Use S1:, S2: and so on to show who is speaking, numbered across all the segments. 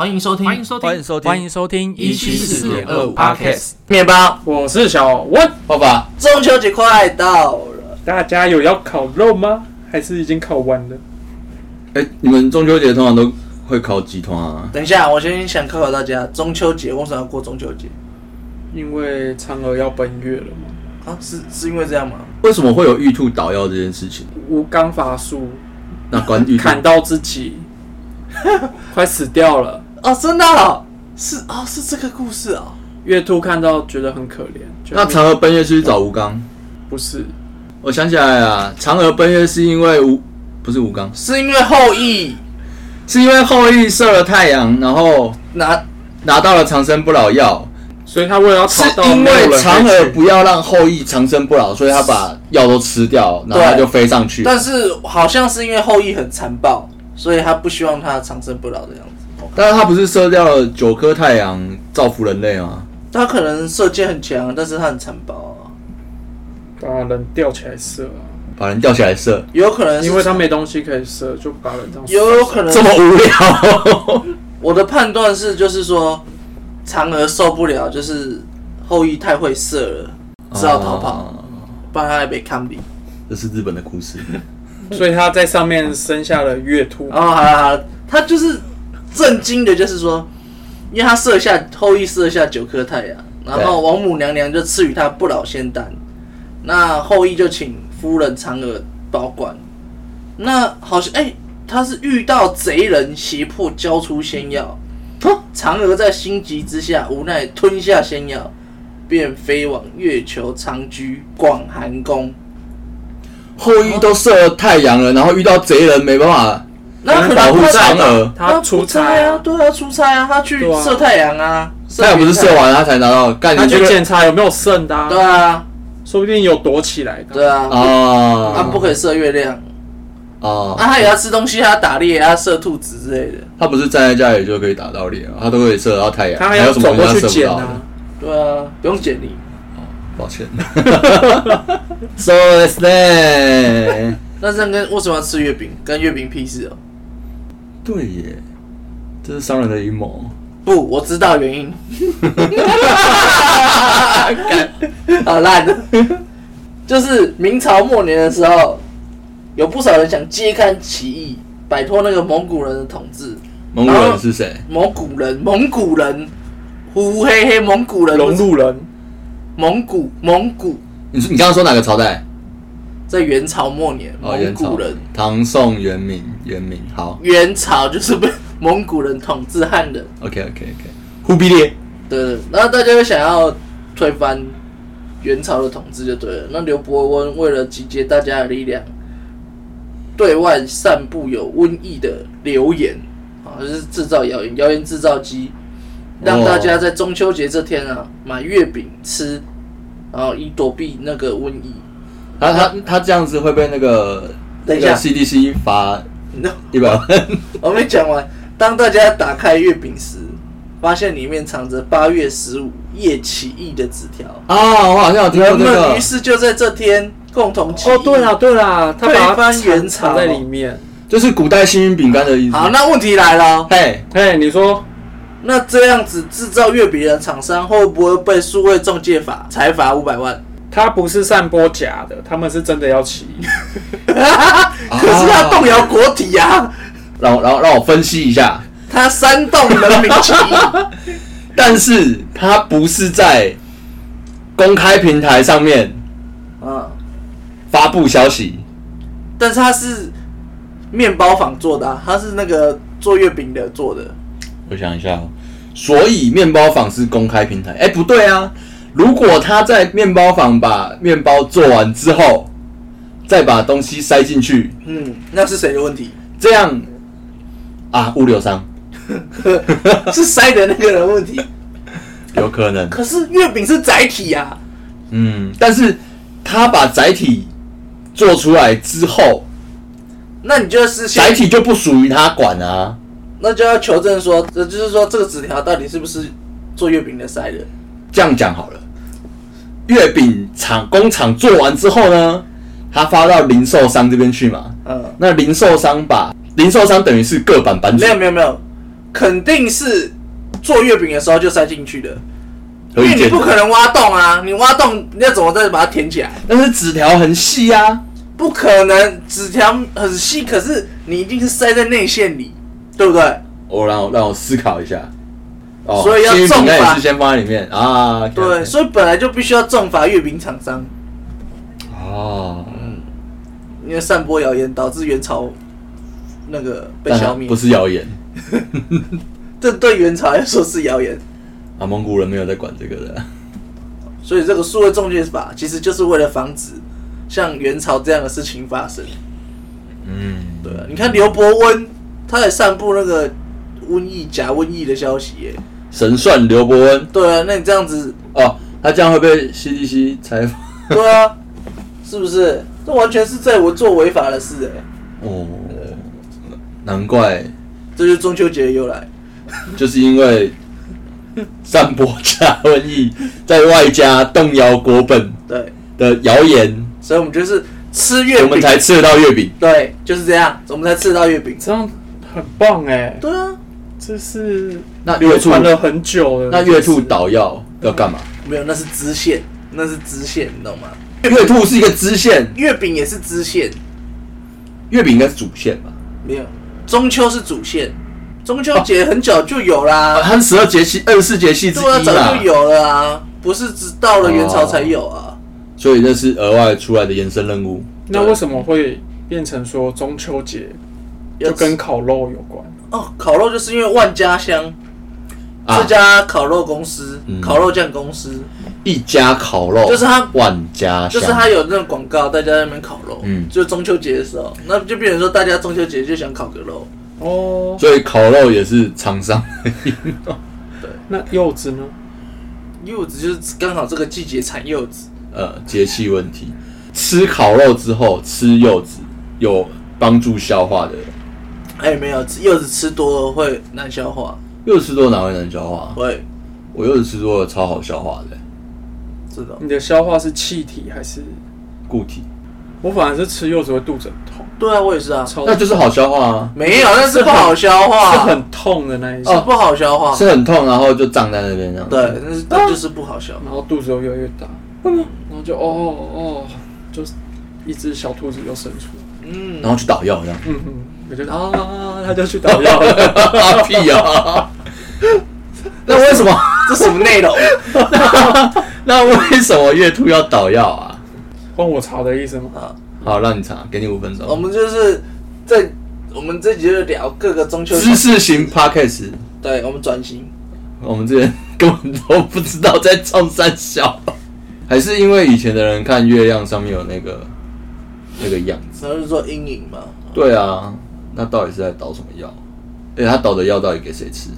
S1: 欢迎收听，
S2: 欢迎收听，
S3: 欢迎收听，
S2: 欢迎收听
S1: 174.25
S2: Podcast。
S4: 面包，
S5: 我是小温，
S3: 爸爸，
S4: 中秋节快到了，
S5: 大家有要烤肉吗？还是已经烤完了？
S3: 哎、你们中秋节通常都会烤鸡团啊？
S4: 等一下，我先想考考大家，中秋节为什么要过中秋节
S5: 因为嫦娥要奔月了嘛，
S4: 啊？是是因为这样吗？
S3: 为什么会有玉兔捣药这件事情？
S5: 吴刚伐树
S3: 嗯那关玉兔
S5: 砍到自己， 快死掉了。
S4: 哦，真的哦、是哦，是这个故事哦。
S5: 月兔看到觉得很可怜，就
S3: 那嫦娥奔月是去找吴刚。
S5: 不是
S3: 我想起来了，嫦娥奔月是因为吴不是吴刚，
S4: 是因为后羿
S3: 是因为后羿射了太阳，然后
S4: 拿
S3: 拿到了长生不老药。
S5: 所以他为了要
S3: 是
S5: 逃到
S3: 因
S5: 没
S3: 为
S5: 有人可
S3: 嫦
S5: 以
S3: 娥
S5: 去
S3: 不要让后羿长生不老，所以他把药都吃掉，然后他
S4: 对
S3: 就飞上去。
S4: 但是好像是因为后羿很残暴，所以他不希望他长生不老的样子。
S3: 但是他不是射掉了九颗太阳，造福人类吗？
S4: 他可能射箭很强，但是他很残暴啊，
S5: 把人吊起来射啊，
S3: 把人吊起来射，
S4: 有可能是
S5: 因为他没东西可以射，就把人这样射
S4: 有可能
S3: 这么无聊。
S4: 我的判断是，就是说嫦娥受不了，就是后羿太会射了， 只好逃跑，
S3: 哦
S4: 不然他还被康毙。
S3: 这是日本的故事。
S5: 所以他在上面生下了月兔。
S3: 啊
S4: 哦，好了好了，他就是震惊的，就是说，因为他射下后羿射下九颗太阳，然后
S3: 对
S4: 王母娘娘就赐予他不老仙丹，那后羿就请夫人嫦娥保管。那好像哎、他是遇到贼人胁迫交出仙药，嫦娥在心急之下无奈吞下仙药，便飞往月球长居广寒宫。
S3: 后羿都射了太阳了，然后遇到贼人，没办法。
S4: 那可能
S3: 保护
S4: 他
S3: 嫦娥，
S5: 他出差
S4: 啊，，对啊，出差啊，他去
S5: 对啊
S4: 射太阳啊，
S3: 太阳不是射完他才拿到，干
S5: 他
S3: 你这
S5: 去
S3: 个
S5: 检查有没有剩的、啊，
S4: 对啊，
S5: 说不定有躲起来的。
S4: 对啊，
S3: 啊
S4: 他不可以射月亮，啊，
S3: 啊，
S4: 他也要吃东西，他打猎，他射兔子之类的，
S3: 他不是站在家里就可以打到脸，他都可以射到太阳，
S5: 他还
S3: 还
S5: 要
S3: 有什么
S5: 走
S3: 东
S5: 过去
S3: 西他射
S5: 捡
S3: 不到
S5: 啊
S3: 的？。
S4: 对啊，不用剪你，
S3: 抱歉。So is that？
S4: 那这样跟为什么要吃月饼？跟月饼屁事哦，
S3: 对耶，这是商人的阴谋。
S4: 不，我知道原因， 好烂，就是明朝末年的时候，有不少人想揭竿起义，摆脱那个蒙古人的统治，
S3: 蒙古人是谁？
S4: 蒙古人，蒙古人，呼呼嘿嘿，蒙古人，
S5: 融入人，
S4: 蒙古，蒙古，
S3: 你说你刚刚说哪个朝代？
S4: 在元朝末年，
S3: 哦，
S4: 蒙
S3: 元
S4: 古
S3: 朝
S4: 人，。
S3: 唐宋元明，元明。好
S4: 元朝就是被 蒙古人统治汉人，
S3: ，OK OK OK。忽必烈。
S4: 对对。然后大家就想要推翻元朝的统治，就对了。那刘伯温为了集结大家的力量，对外散布有瘟疫的流言啊，就是制造谣言，谣言制造机，让大家在中秋节这天啊买月饼吃，然后以躲避那个瘟疫。
S3: 他他他这样子会被那个
S4: 等一下
S3: 那个 CDC 罚
S4: 那
S3: 一 百万。
S4: 我没讲完。当大家打开月饼时，发现里面藏着八月十五夜起义的纸条。
S3: 啊！我好像有听过
S4: 人
S3: 这
S4: 们
S3: 个啊
S4: 于，是就在这天共同起义。
S5: 哦，对啦，对啦，他把
S4: 推
S5: 它
S4: 翻元
S5: 藏
S4: 朝
S5: 藏在里面。
S3: 就是古代幸运饼干的意思。
S4: 好，那问题来了哦，
S3: 嘿，
S5: 哎，你说
S4: 那这样子制造月饼的厂商会不会被数位中介法裁罚五百 万？
S5: 他不是散播假的，他们是真的要 起义。
S3: 可
S4: 可是他动摇国体啊，
S3: 让我让我让我分析一下，
S4: 他煽动人民起义。
S3: 但是他不是在公开平台上面
S4: 嗯，
S3: 发布消息，
S4: 但是他是面包坊做的、啊，他是那个做月饼的做的。
S3: 我想一下哦，所以面包坊是公开平台。哎、不对啊！如果他在面包坊把面包做完之后，再把东西塞进去，
S4: 嗯，那是谁的问题？
S3: 这样啊，物流商
S4: 是塞的那个人的问题。
S3: 有可能。
S4: 可是月饼是载体啊，
S3: 嗯，但是他把载体做出来之后，
S4: 那你就是先
S3: 载，体就不属于他管啊。
S4: 那就要求证说，这就是说这个纸条到底是不是做月饼的塞的？
S3: 这样讲好了，月饼厂工厂做完之后呢，他发到零售商这边去嘛。
S4: 嗯，
S3: 那零售商把零售商等于是各版版主
S4: 没有没有没有，肯定是做月饼的时候就塞进去的，
S3: 可
S4: 因为
S3: 以
S4: 你
S3: 见
S4: 不
S3: 得。
S4: 可能挖洞啊，你挖洞你要怎么再把它填起来？
S3: 但是纸条很细啊，
S4: 不可能，纸条很细，可是你一定是塞在内线里，对不对？
S3: 我哦让我让我思考一下。哦，
S4: 所以要
S3: 幸运饼
S4: 重
S3: 干也
S4: 吧
S3: 是先放在里面啊。
S4: 对，所以本来就必须要重罚月饼厂商，
S3: 以哦，
S4: 嗯因为散播谣言导致元朝那个被
S3: 但它
S4: 消灭
S3: 不。是谣言
S4: 这对元朝来说是谣言，
S3: 啊，蒙古人没有在管这个的。
S4: 所以这个数位中介法其实就是为了防止像元朝这样的事情发生。
S3: 嗯，
S4: 对啊，你看刘伯温，他也散布那个瘟疫、假瘟疫的消息耶。
S3: 神算刘伯温
S4: 对啊，那你这样子，
S3: 哦，他这样会被 CDC 采访
S4: 对啊，是不是？这完全是在我做违法的事哎。
S3: 哦，难怪
S4: 这就是中秋节的由来。
S3: 就是因为散播假瘟疫，在外加动摇国本
S4: 对，
S3: 的谣言，
S4: 所以我们就是吃月
S3: 我
S4: 饼
S3: 们，才吃得到月饼。
S4: 对，就是这样，我们才吃得到月饼。
S5: 这样很棒哎、
S4: 对啊，
S5: 这是
S3: 那
S5: 流
S3: 月兔
S5: 传了很久了。
S3: 那月兔
S5: 这是
S3: 捣药要干嘛？
S4: 没有，那是支线，那是支线，你懂吗？
S3: 月兔是一个支线，
S4: 月饼也是支线，
S3: 月饼应该是主线吧？
S4: 没有，中秋是主线，中秋节很早就有啦，
S3: 啊，它是十二节气、二十四节气之
S4: 对啊，
S3: 一
S4: 早就
S3: 啦，
S4: 有了啊，不是只到了元朝才有啊。
S3: 所以那是额外出来的延伸任务。
S5: 那为什么会变成说中秋节就跟烤肉有关？
S4: 哦，烤肉就是因为万家香、
S3: 啊
S4: 这家烤肉公司、
S3: 嗯
S4: 烤肉酱公司，
S3: 一家烤肉，
S4: 就是它
S3: 万家香，
S4: 就是它有那种广告，大家在那边烤肉，
S3: 嗯
S4: 就中秋节的时候，那就变成说大家中秋节就想烤个肉，
S5: 哦，
S3: 所以烤肉也是厂商。
S5: 那柚子呢？
S4: 柚子就是刚好这个季节产柚子，
S3: 呃节气问题。吃烤肉之后吃柚子有帮助消化的，
S4: 哎、没有吃柚子吃多了会难消化，
S3: 柚子吃多哪会难消化？
S4: 会
S3: 我柚子吃多了超好消化的、
S4: 知道。
S5: 你的消化是气体还是？
S3: 固体，
S5: 我反而是吃柚子会肚子很痛，
S4: 对啊，我也是啊，
S5: 超
S3: 那就是好消化啊，
S4: 没有，那是不好消化，
S5: 是 很痛的那一种，
S4: 是不好消化，
S3: 哦是啊很痛，然后就胀在那边这样。
S4: 对，，那是那就是不好消化。
S5: 然后肚子又越来越大，然后就哦哦，就是一只小兔子又生出来，。
S4: 嗯，
S3: 然后去打药这样
S5: 嗯嗯，我就啊，它就去打药了。
S3: 啊 屁啊！那为什么？
S4: 这什么内容？
S3: 那为什么月兔要捣药啊？
S5: 换我查的意思吗？
S3: 好，让你查，给你五分钟。
S4: 啊我们就是在我们这集就聊各个中秋节
S3: 知，识型 podcast，
S4: 对我们转型，
S3: 我们这人根本都不知道在冲三小，还是因为以前的人看月亮上面有那个那个样子。
S4: 然后就说阴影嘛，
S3: 对啊，那到底是在捣什么药？而且他捣的药到底给谁吃？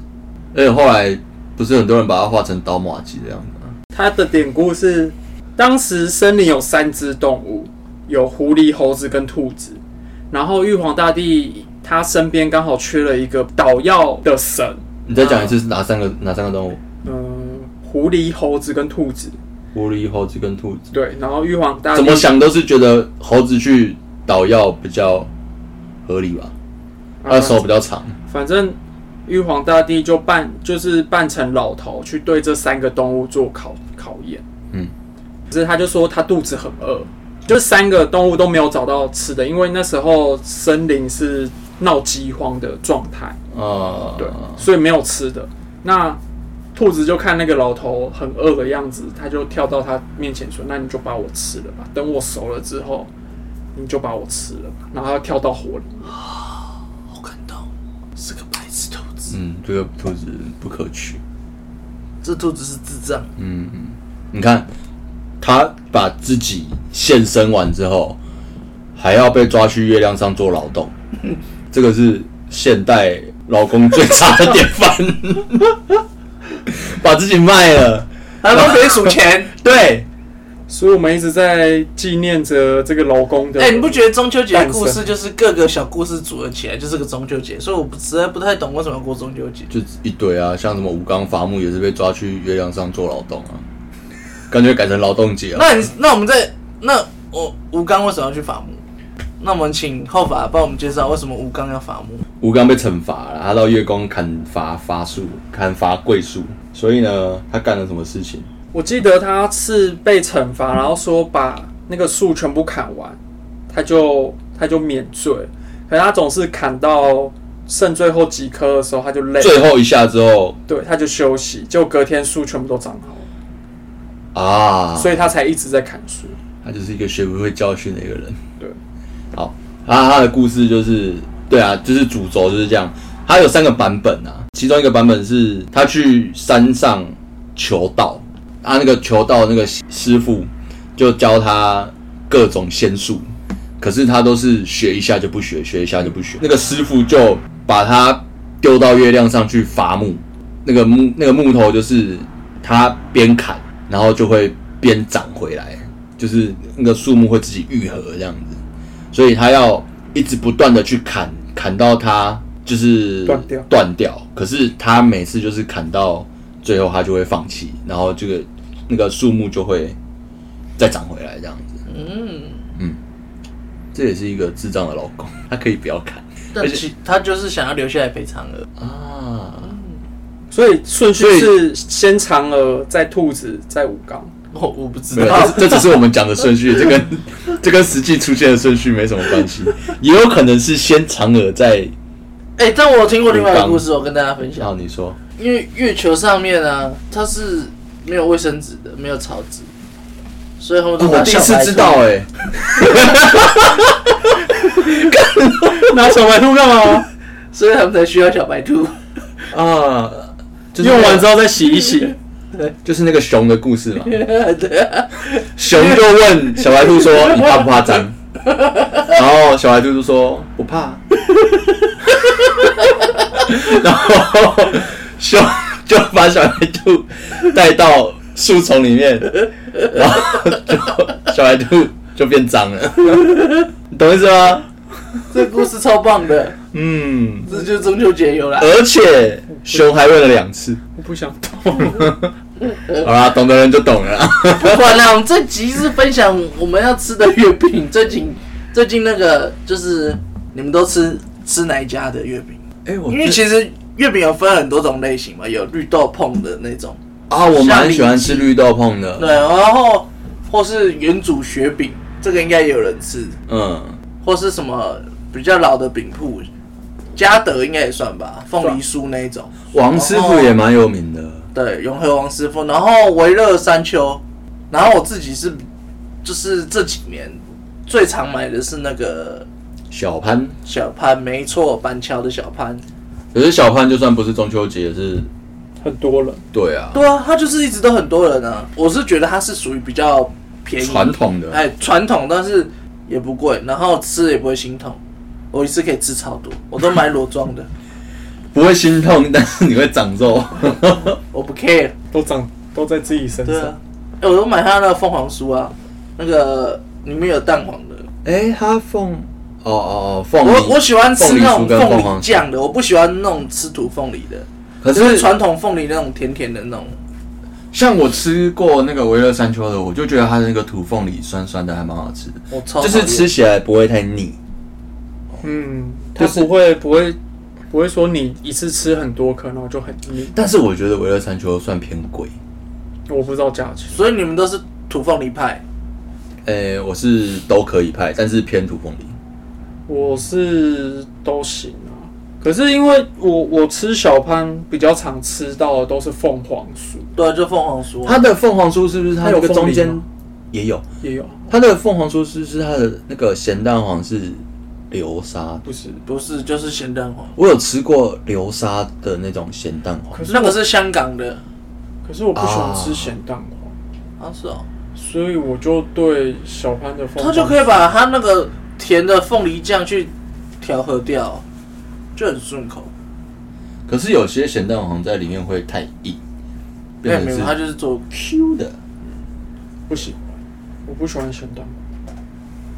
S3: 而且后来不是很多人把它画成倒马鸡的样子吗？
S5: 它的典故是，当时森林有三只动物，有狐狸、猴子跟兔子。然后玉皇大帝他身边刚好缺了一个捣药的神，
S3: 你再讲一次是哪三个、哪三个动物？
S5: 嗯、狐狸、猴子跟兔子。
S3: 狐狸、猴子跟兔子，
S5: 对，然后玉皇大帝
S3: 怎么想都是觉得猴子去捣药比较合理吧？它
S5: 啊
S3: 的手比较长，
S5: 反正玉皇大帝就扮就是扮成老头去对这三个动物做考考验。
S3: 嗯，
S5: 可是他就说他肚子很饿，就三个动物都没有找到吃的，因为那时候森林是闹饥荒的状态，
S3: 啊、
S5: 对，所以没有吃的。那兔子就看那个老头很饿的样子，他就跳到他面前说：“那你就把我吃了吧，等我熟了之后，你就把我吃了吧。”然后他跳到火里，
S4: 好感动，是个白痴兔子，
S3: 嗯，这个兔子不可取。
S4: 这兔子是智障，
S3: 嗯，嗯，你看，他把自己献身完之后，还要被抓去月亮上做劳 动，这个是现代劳工最差的典 范，把自己卖了。
S4: 还帮别人数 钱。
S3: 对，
S5: 所以我们一直在纪念着这个劳工的。
S4: 哎，你不觉得中秋节的故事就是各个小故事组合起来就是个中秋节？所以我不实在不太懂为什么要过中秋节。
S3: 就一堆啊，像什么吴刚伐木也是被抓去月亮上做劳动啊，感觉改成劳动节了。啊
S4: 那你那我们在那我吴刚为什么要去伐木？那我们请后法帮我们介绍为什么吴刚要伐木？
S3: 吴刚被惩罚了，他到月宫砍伐伐树，砍伐桂树，所以呢，他干了什么事情？
S5: 我记得他是被惩罚，然后说把那个树全部砍完，他就他就免罪。可是他总是砍到剩最后几棵的时候，他就累
S3: 最
S5: 了，
S3: 后一下之后
S5: 对，他就休息。结果隔天树全部都长好了，
S3: 啊，
S5: 所以他才一直在砍树。
S3: 他就是一个学不会教训的一个人。
S5: 对，
S3: 好，啊他他的故事就是，对啊，就是主轴就是这样。他有三个版本啊，其中一个版本是他去山上求道，他那个求道那个师傅就教他各种仙术，可是他都是学一下就不学，学一下就不学。那个师傅就把他丢到月亮上去伐木，那个木那个木头就是他边砍，然后就会边长回来，就是那个树木会自己愈合这样子。所以他要一直不断的去砍，砍到他就是
S5: 断掉
S3: 断掉。可是他每次就是砍到最后，他就会放弃，然后这个那个树木就会再长回来这样子。
S4: 嗯，
S3: 这也是一个智障的老公，他可以不要砍
S4: 但其他就是想要留下来赔偿了。
S3: 啊。
S5: 所以顺序
S3: 所以
S5: 是先嫦娥，再兔子，再武刚。
S4: 我我不知
S3: 没有，
S4: 道，
S3: 这这只是我们讲的顺 序，这跟这跟实际出现的顺序没什么关系，也有可能是先嫦娥再
S4: 哎、但我有听过另外一个故事，我跟大家分
S3: 然后
S4: 享。
S3: 你说
S4: 因为月球上面啊，它是没有卫生纸的，没有草纸，所以他们都
S3: 哦我
S4: 拿
S3: 第一
S4: 小
S3: 次
S4: 白
S3: 知
S4: 兔
S3: 道哎、 欸
S5: 拿小白兔干嘛？
S4: 所以他们才需要小白 兔。
S3: 啊，就是
S5: 用完之后再洗一洗。
S3: 就是那个熊的 故事嘛。
S4: 对啊，
S3: 熊就问小白兔说：“你怕不怕脏？”然后小白兔就说：“不怕。” 然后熊就把小白兔带到树丛里面，然后就小白兔就变脏了， 你懂意思吗？
S4: 这故事超棒的，
S3: 嗯，
S4: 这就是中秋节有啦。
S3: 而且熊还问了两次。
S5: 我不想动。
S3: 好啦，懂的人就懂了啦。
S4: 不管啦，我们这集是分享我们要吃的月饼。最近最近那个就是你们都吃吃哪一家的月饼？
S3: 哎、我
S4: 因为其实月饼有分很多种类型嘛，有绿豆碰的那种，
S3: 啊，我蛮喜欢吃绿豆碰
S4: 对，
S3: 的。
S4: 然后或是原煮雪饼，这个应该也有人吃，
S3: 嗯，
S4: 或是什么比较老的饼铺，嘉德应该也算吧，凤梨酥那一种，
S3: 王师傅也蛮有名的。
S4: 对，永和王师傅，然后维乐山丘，然后我自己是就是这几年最常买的是那个
S3: 小潘，
S4: 小潘，没错，板桥的小潘，
S3: 可是小潘就算不是中秋节，也是
S5: 很多人，
S3: 对啊，
S4: 对啊，他就是一直都很多人啊，我是觉得他是属于比较便宜
S3: 传统的。
S4: 哎，传统，但是也不贵，然后吃也不会心痛。我一次可以吃超多，我都买裸装 的，
S3: 不会心痛， 但是你会长肉。
S4: 我不 care。
S5: 都长都在自己身
S4: 对
S5: 上
S4: 啊。，哎、我都买他的凤凰酥啊，那个里面有蛋黄的。
S3: 哎、他凤，哦哦哦，凤梨
S4: 我我喜欢吃
S3: 凤梨
S4: 那
S3: 酥
S4: 种
S3: 跟
S4: 凤
S3: 凤凰
S4: 梨酱的，我不喜欢那种吃土凤梨的，
S3: 可
S4: 就是
S3: 是
S4: 传统凤梨那种甜甜的那种。
S3: 像我吃过那个维乐山丘的，我就觉得它那个土凤梨酸酸的，还蛮好吃的，
S4: 我超
S3: 就是
S4: 讨厌
S3: 吃起来不会太腻。
S5: 嗯，他
S3: 就是
S5: 不会不会不会说你一次吃很多颗，然后就很腻。
S3: 但是我觉得维乐山丘算偏贵。
S5: 我不知道价钱。
S4: 所以你们都是土凤梨派，
S3: 哎、我是都可以派，但是偏土凤梨。
S5: 我是都行啊，可是因为我我吃小潘比较常吃到的都是凤凰酥，
S4: 对、啊，就凤凰酥、
S3: 它
S4: 啊。
S3: 的凤凰酥是不是它
S5: 它有
S3: 那个
S5: 凤梨
S3: 中间
S5: 吗
S3: 也有？
S5: 也有
S3: 它的凤凰酥是不是它的那个咸蛋黄是流沙的？
S5: 不是？
S4: 不是，就是咸蛋黄，
S3: 我有吃过流沙的那种咸蛋黄
S5: 可，是
S4: 那
S5: 我
S4: 个是香港的。
S5: 可是我不喜欢吃
S3: 啊
S5: 咸蛋黄，
S4: 啊，是哦。
S5: 所以我就对小潘的凤
S4: 它
S5: 凰
S4: 就可以把它那个甜的凤梨酱去调和掉，就很顺口。
S3: 可是有些咸蛋黄在里面会太硬，
S4: 没有
S3: 变
S4: 没
S3: 成
S4: 有，
S3: 是
S4: 它就是做
S3: Q 的。
S5: 不喜欢，我不喜欢咸蛋黄。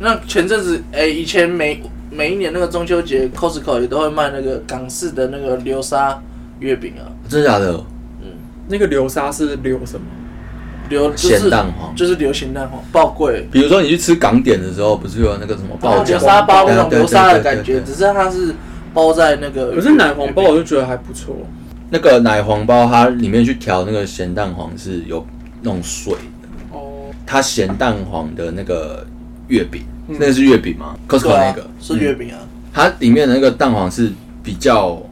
S4: 那前阵子，哎、以前每每一年那个中秋节，Costco 也都会卖那个港式的那个流沙月饼啊，
S3: 真的假的？
S5: 那个流沙是流什么？
S4: 流就是
S3: 咸蛋黄
S4: 就是流咸蛋黄，爆贵，
S3: 比如说你去吃港点的时候，不是有那个什么爆
S4: 啊流
S3: 浆
S4: 沙包那种
S3: 对
S4: 流沙的
S3: 对对
S4: 感觉，
S3: 对
S4: 只
S3: 对
S4: 是它是包在那个，
S5: 可是奶黄包我就觉得还不错，
S3: 那个奶黄包，它里面去调那个咸蛋黄是有那种水的，
S5: 哦，
S3: 它咸蛋黄的那个月饼，那个是月饼吗？Costco
S4: 嗯对
S3: 那
S4: 啊
S3: 个，嗯
S4: 是月饼啊，
S3: 它里面的那个蛋黄是比较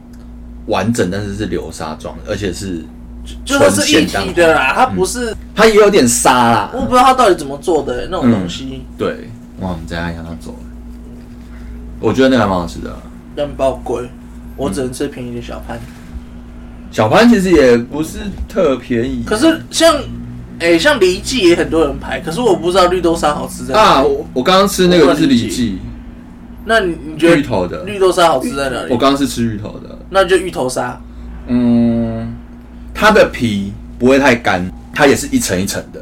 S3: 完整，但是是流沙状的，而且是
S4: 就是是一
S3: 嗯纯咸
S4: 体
S3: 蛋嗯
S4: 的哦啦，它不是，
S3: 它也有点沙
S4: 我
S3: 啦。
S4: 不知道它到底怎么做的、欸那种
S3: 嗯
S4: 东西，
S3: 对，哇，我们在家让它走了。我觉得那个还蛮好吃的。啊
S4: 蛋包龟，我只能
S3: 嗯
S4: 吃便宜的小潘。
S3: 小潘其实也不是特便宜，啊
S4: 可是像，哎、像梨记也很多人排，可是我不知道绿豆沙好吃在哪。
S3: 啊，我我刚刚吃那个是李记
S4: 那你你觉得
S3: 芋头的，
S4: 绿豆沙好吃在哪
S3: 我
S4: 里？
S3: 刚刚是吃芋头的。
S4: 那就芋头沙，
S3: 嗯，它的皮不会太干，它也是一层一层的，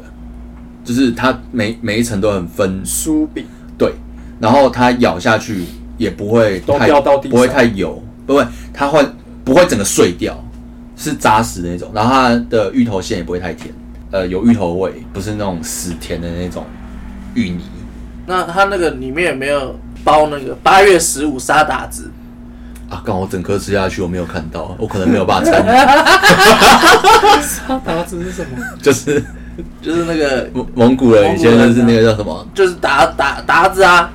S3: 就是它每每一层都很分
S5: 酥饼
S3: 对，然后它咬下去也不会
S5: 都
S3: 太
S5: 掉到地上
S3: 不会太油，不会，它会不会整个碎掉，是扎实的那种。然后它的芋头馅也不会太甜，呃，有芋头味，不是那种死甜的那种芋泥。
S4: 那它那个里面有没有包那个八月十五沙打子？
S3: 啊，刚我整颗吃下去，我没有看到，我可能没有办法参
S5: 沙达子是什么？
S3: 与，就是
S4: 就是那个
S3: 蒙蒙古人以前就是那个叫什么
S4: 就是打打打子啊！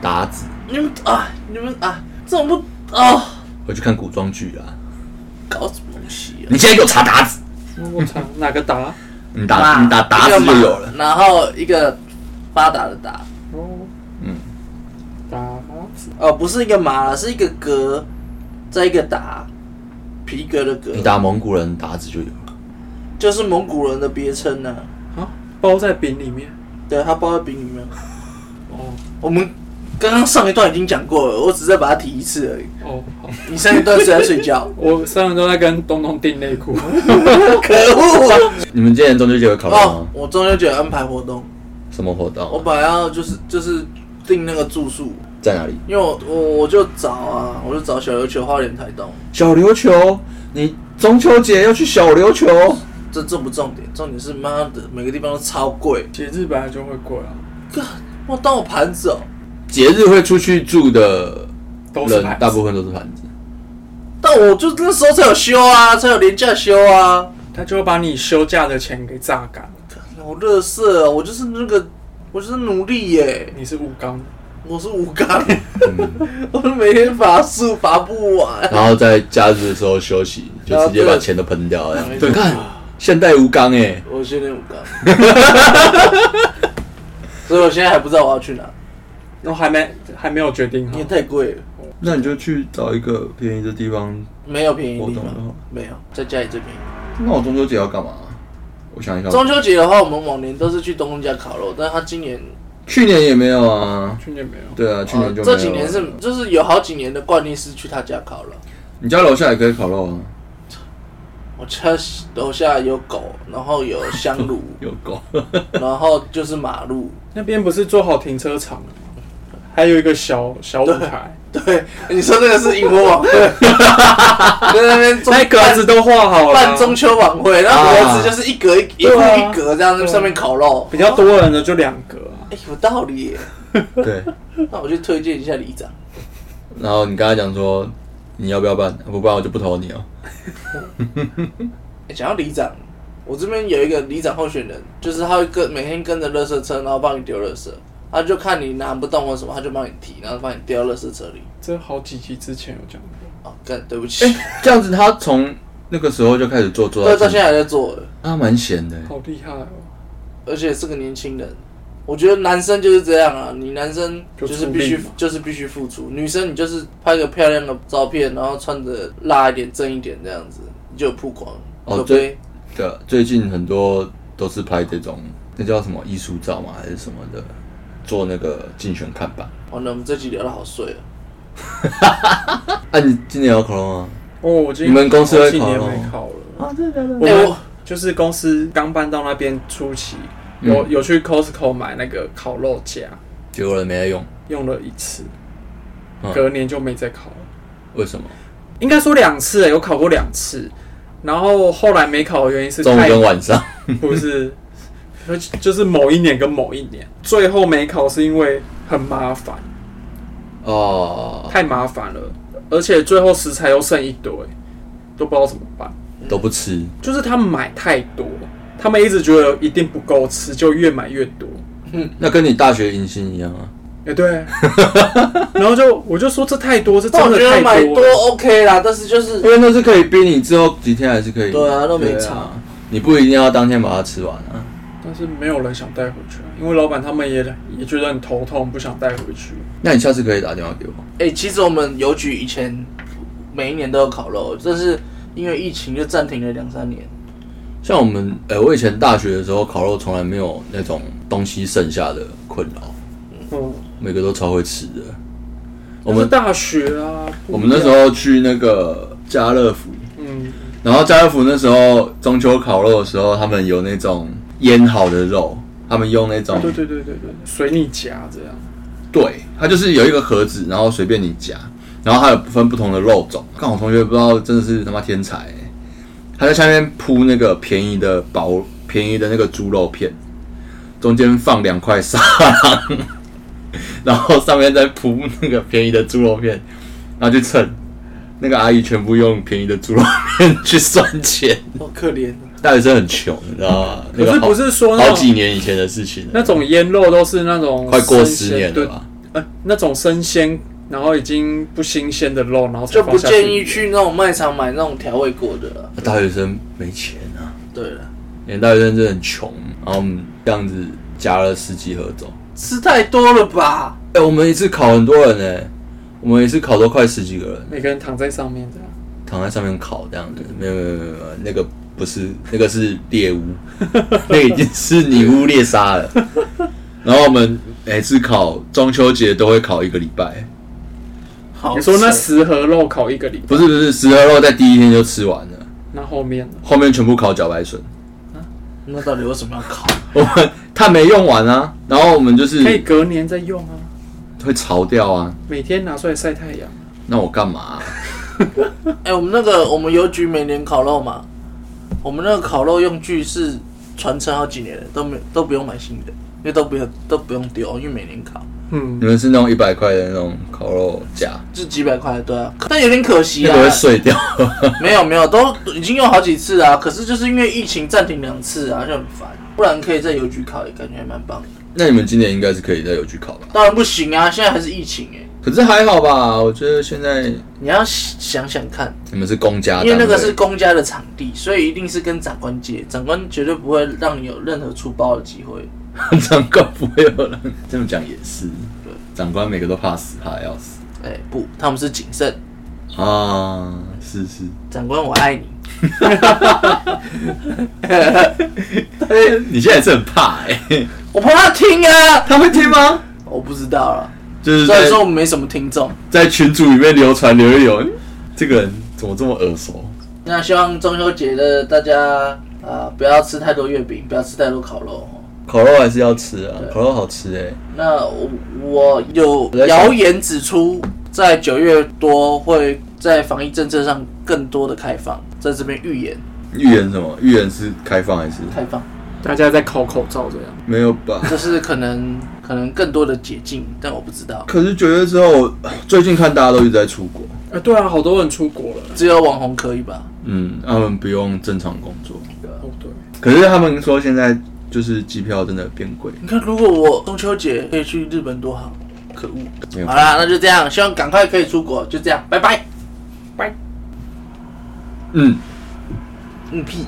S3: 达子，
S4: 你们啊，你们啊，这种不哦，
S3: 我去看古装剧啊。
S4: 搞什么东西啊？
S3: 你现在给我查达子，
S5: 我操，哪个达？
S3: 你
S4: 马
S3: 打你打达子就有了
S4: 啊一个。马然后一个发达的达，
S5: 哦，
S3: 嗯，
S5: 达子，
S4: 哦，不是一个马，是一个格，再一个达，皮革的革，
S3: 你打蒙古人达子就有了。
S4: 就是蒙古人的别称呢。
S5: 啊，包在饼里面。
S4: 对，它包在饼里面。
S5: 哦
S4: 我们刚刚上一段已经讲过了，我只是再把它提一次而已。
S5: 哦，好，
S4: 你上一段是在睡觉，
S5: 我三人都在跟东东订内裤。
S4: 可恶！
S3: 你们今年中秋节有烤肉
S4: 哦
S3: 吗，？
S4: 我中秋节有安排活动，
S3: 什么活
S4: 我
S3: 动？
S4: 本来要就是就是订那个住宿，
S3: 在哪里？
S4: 因为我我我就找啊，我就找小琉球、花莲、台东，
S3: 小琉球，你中秋节要去小琉球？
S4: 这这不重点，重点是妈的每个地方都超贵，
S5: 节日本来就会贵啊，
S4: 干我当我盘子哦，
S3: 节日会出去住的
S5: 都是牌
S3: 人，
S5: 子
S3: 大部分都是盘子。
S4: 但我就那时候才有休啊，才有廉价休啊，
S5: 他就会把你休假的钱给榨干。
S4: 我乐色，我就是那个我就是奴隶耶，
S5: 你是武钢，
S4: 我是吴刚，
S3: 嗯，
S4: 我每天乏术乏不完。
S3: 然后在假日的时候休息，就直接把钱都喷掉了。
S4: 对
S3: 看现代无钢哎、
S4: 我训练武钢， 所以我现在还不知道我要去哪，
S5: 然后还没还没有决定
S4: 因
S5: 好
S4: 为。太贵了，
S3: 那你就去找一个便宜的地方。
S4: 没有便宜地
S3: 我懂了
S4: 方，没有在家里最便宜。
S3: 那我中秋节要干嘛？我想一想，
S4: 中秋节的话，我们往年都是去东东家烤肉，但他今年
S3: 去年也没有啊。
S5: 去年没有，
S3: 对啊，去年
S4: 呃
S3: 就、
S4: 哦这几年是就是有好几年的惯例是去他家烤肉。
S3: 你家楼下也可以烤肉啊，
S4: 我家楼下有狗，然后有香炉，
S3: 有狗。
S4: 然后就是马路，
S5: 那边不是做好停车场了吗？还有一个小小舞 台，
S4: 对，你说那个是萤火晚会，在那边中
S5: 那格子都画好了，啊
S4: 办中秋晚会，然后格子就是一格一一户
S5: 对啊
S4: 一格这样在上面烤肉，
S5: 比较多人的就两格啊。
S4: 哎、有道理耶。
S3: 对，
S4: 那我就推荐一下里长，
S3: 然后你刚才讲说你要不要办，不办我就不投你哦。
S4: 欸讲、到里长，我这边有一个里长候选人，就是他会跟每天跟着垃圾车，然后帮你丢垃圾，他就看你拿不动或什么，他就帮你提，然后帮你丢到垃圾车里。
S5: 这好几集之前有讲过，
S4: 哦，干，对不起，
S3: 哎、这样子他从那个时候就开始做做
S4: 对，到现
S3: 在，
S4: 在还在做，
S3: 他蛮闲的。
S5: 好厉害哦！
S4: 而且是个年轻人。我觉得男生就是这样啊，你男生就是必
S5: 就出力
S4: 须
S5: 嘛
S4: 就是必须付出，女生你就是拍个漂亮的照片，然后穿着辣一点、正一点这样子，你就有曝光。
S3: 哦
S4: 可
S3: 对
S4: 悲，
S3: 对啊，最近很多都是拍这种，那叫什么艺术照嘛，还是什么的，做那个竞选看板。
S4: 完了，哦我们这集聊的好碎啊。
S3: 啊，你今年有烤肉吗？
S5: 哦，我今
S3: 你们公司
S5: 好
S3: 会
S5: 几
S3: 考
S5: 年
S3: 吗
S5: 没考了，
S3: 啊，对对对。
S5: 我
S4: 哎、
S5: 们
S4: 我
S5: 就是公司刚搬到那边初期，有有去 Costco 买那个烤肉架，
S3: 嗯结果人没在用，
S5: 用了一次
S3: 嗯，
S5: 隔年就没再烤了。
S3: 为什么？
S5: 应该说两次、欸有考过两次，然后后来没考的原因是
S3: 中午
S5: 太
S3: 跟晚上。
S5: 不是，就是某一年跟某一年，最后没考是因为很麻烦，
S3: 哦，
S5: 太麻烦了。而且最后食材又剩一堆，都不知道怎么办。
S3: 都不吃，
S5: 就是他们买太多，他们一直觉得一定不够吃，就越买越多。
S3: 那跟你大学迎新一样啊。
S5: 哎、对，然后就我就说这太多，这
S4: 但
S5: 真
S4: 我
S5: 的
S4: 哦觉得买
S5: 太
S4: 多
S5: 了。
S4: OK 啦，但是就是
S3: 因为那是可以逼你之后几天还是可以。
S4: 对啊都没
S3: 对啊
S4: 差嗯
S3: 你不一定要当天把它吃完啊。
S5: 但是没有人想带回去，因为老板他们也也觉得很头痛，不想带回去。
S3: 那你下次可以打电话给我。
S4: 哎、其实我们邮局以前每一年都有烤肉，但是因为疫情就暂停了两三年。
S3: 像我们，呃、我以前大学的时候烤肉从来没有那种东西剩下的困扰，
S5: 嗯，
S3: 每个都超会吃的。我
S5: 我们
S3: 们
S5: 大学啊，不一样
S3: 我们那时，候去那个家乐福，
S5: 嗯，
S3: 然后家乐福那时候中秋烤肉的时候，他们有那种腌好的肉，他们用那种、
S5: 对对对对对，随你夹这样。
S3: 对，它就是有一个盒子，然后随便你夹，然后它有分不同的肉种。看我同学不知道真的是他妈天才欸、他在下面铺那个便宜的薄便宜的那个猪肉片，中间放两块沙拉， 然后上面再铺那个便宜的猪肉片，然后去称。那个阿姨全部用便宜的猪肉片去算钱，
S5: 哦
S4: 好可怜，
S3: 大学生很穷，你知道吗？
S5: 啊可
S3: 嗯那
S5: 是
S3: 个好
S5: 不是说那
S3: 好几
S5: 种
S3: 年以前的事情了，
S5: 那种腌肉都是那种
S3: 快过
S5: 生
S3: 十
S5: 鲜
S3: 年了
S5: 对
S3: 吧？
S5: 呃，那种生鲜，然后已经不新鲜的肉，然后才
S4: 就不
S5: 放下
S4: 建议去那种卖场买那种调味过的了。
S3: 大学生没钱啊。
S4: 对了，
S3: 连大学生真的很穷，然后我们这样子夹了十几盒走。
S4: 吃太多了吧？
S3: 哎、我们一次烤很多人哎、我们一次烤都快十几个人，
S5: 每个人躺在上面啊这样。
S3: 躺在上面烤这样子。没有没有没有没有，那个不是，那个是 猎巫，那已经是女巫猎杀了。然后我们每次烤中秋节都会烤一个礼拜，
S4: 好扯，
S5: 你说那十盒肉烤一个礼拜，
S3: 不是不是，十盒肉在第一天就吃完了，
S5: 那后面呢？
S3: 后面全部烤茭白笋，
S4: 那到底为什么要烤？
S3: 我们它没用完啊，然后我们就
S5: 可以
S3: 是
S5: 隔年再用啊，
S3: 会潮掉啊。
S5: 每天拿出来晒太阳。
S3: 那我干嘛啊、
S4: 哎、我们那个我们邮局每年烤肉嘛，我们那个烤肉用具是传承好几年的，都没都不用买新的，因为都不用都不用丢，因为每年烤
S5: 嗯
S3: 你，们是那种一百块的那种烤肉 架，
S4: 就几百块，对啊，但有点可惜
S3: 那
S4: 啊
S3: 个。会碎掉。
S4: 没有没有，都已经用好几次啊，可是就是因为疫情暂停两次啊，就很烦。不然可以在邮局烤，也感觉还蛮棒的。
S3: 那你们今年应该是可以在邮局烤吧？
S4: 当然不行啊，现在还是疫情哎、
S3: 可是还好吧，我觉得现在
S4: 你要想想看，
S3: 你们是公家单
S4: 因
S3: 位，
S4: 为那个 是公家的场地，所以一定是跟长官借，长官绝对不会让你有任何出包的机会。
S3: 长官不会有人这么讲也是，长官每个都怕死，怕得要死
S4: 哎、不，他们是谨慎，
S3: 啊，是是，
S4: 长官我爱你。
S3: 你现在也是很怕哎、
S4: 我怕他听啊，
S3: 他会听吗？
S4: 我不知道了。
S3: 就是
S4: 虽
S3: 在
S4: 然说我们没什么听众，
S3: 在群组里面流传流一流，嗯这个人怎么这么耳熟？
S4: 那希望中秋节的大家啊、呃不要吃太多月饼，不要吃太多烤肉哦。
S3: 烤肉还是要吃啊，烤肉好吃哎、
S4: 那我我有
S3: 我在想
S4: 谣言指出，在九月多会在防疫政策上更多的开放，在这边预言
S3: 预言什么？预言是开放还是
S4: 开放，
S5: 大家在烤口罩这样。
S3: 没有吧？
S4: 就是可能可能更多的解禁，但我不知道，
S3: 可是九月之后，最近看大家都一直在出国，
S5: 啊，对啊，好多人出国了。
S4: 只有网红可以吧？
S3: 嗯，他们不用正常工作。
S5: 哦，对，
S3: 可是他们说现在就是机票真的变贵，
S4: 你看，如果我中秋节可以去日本多好，可恶！
S3: 没有
S4: 好啦，那就这样，希望赶快可以出国，就这样，拜拜。
S3: 嗯。
S4: 嗯屁。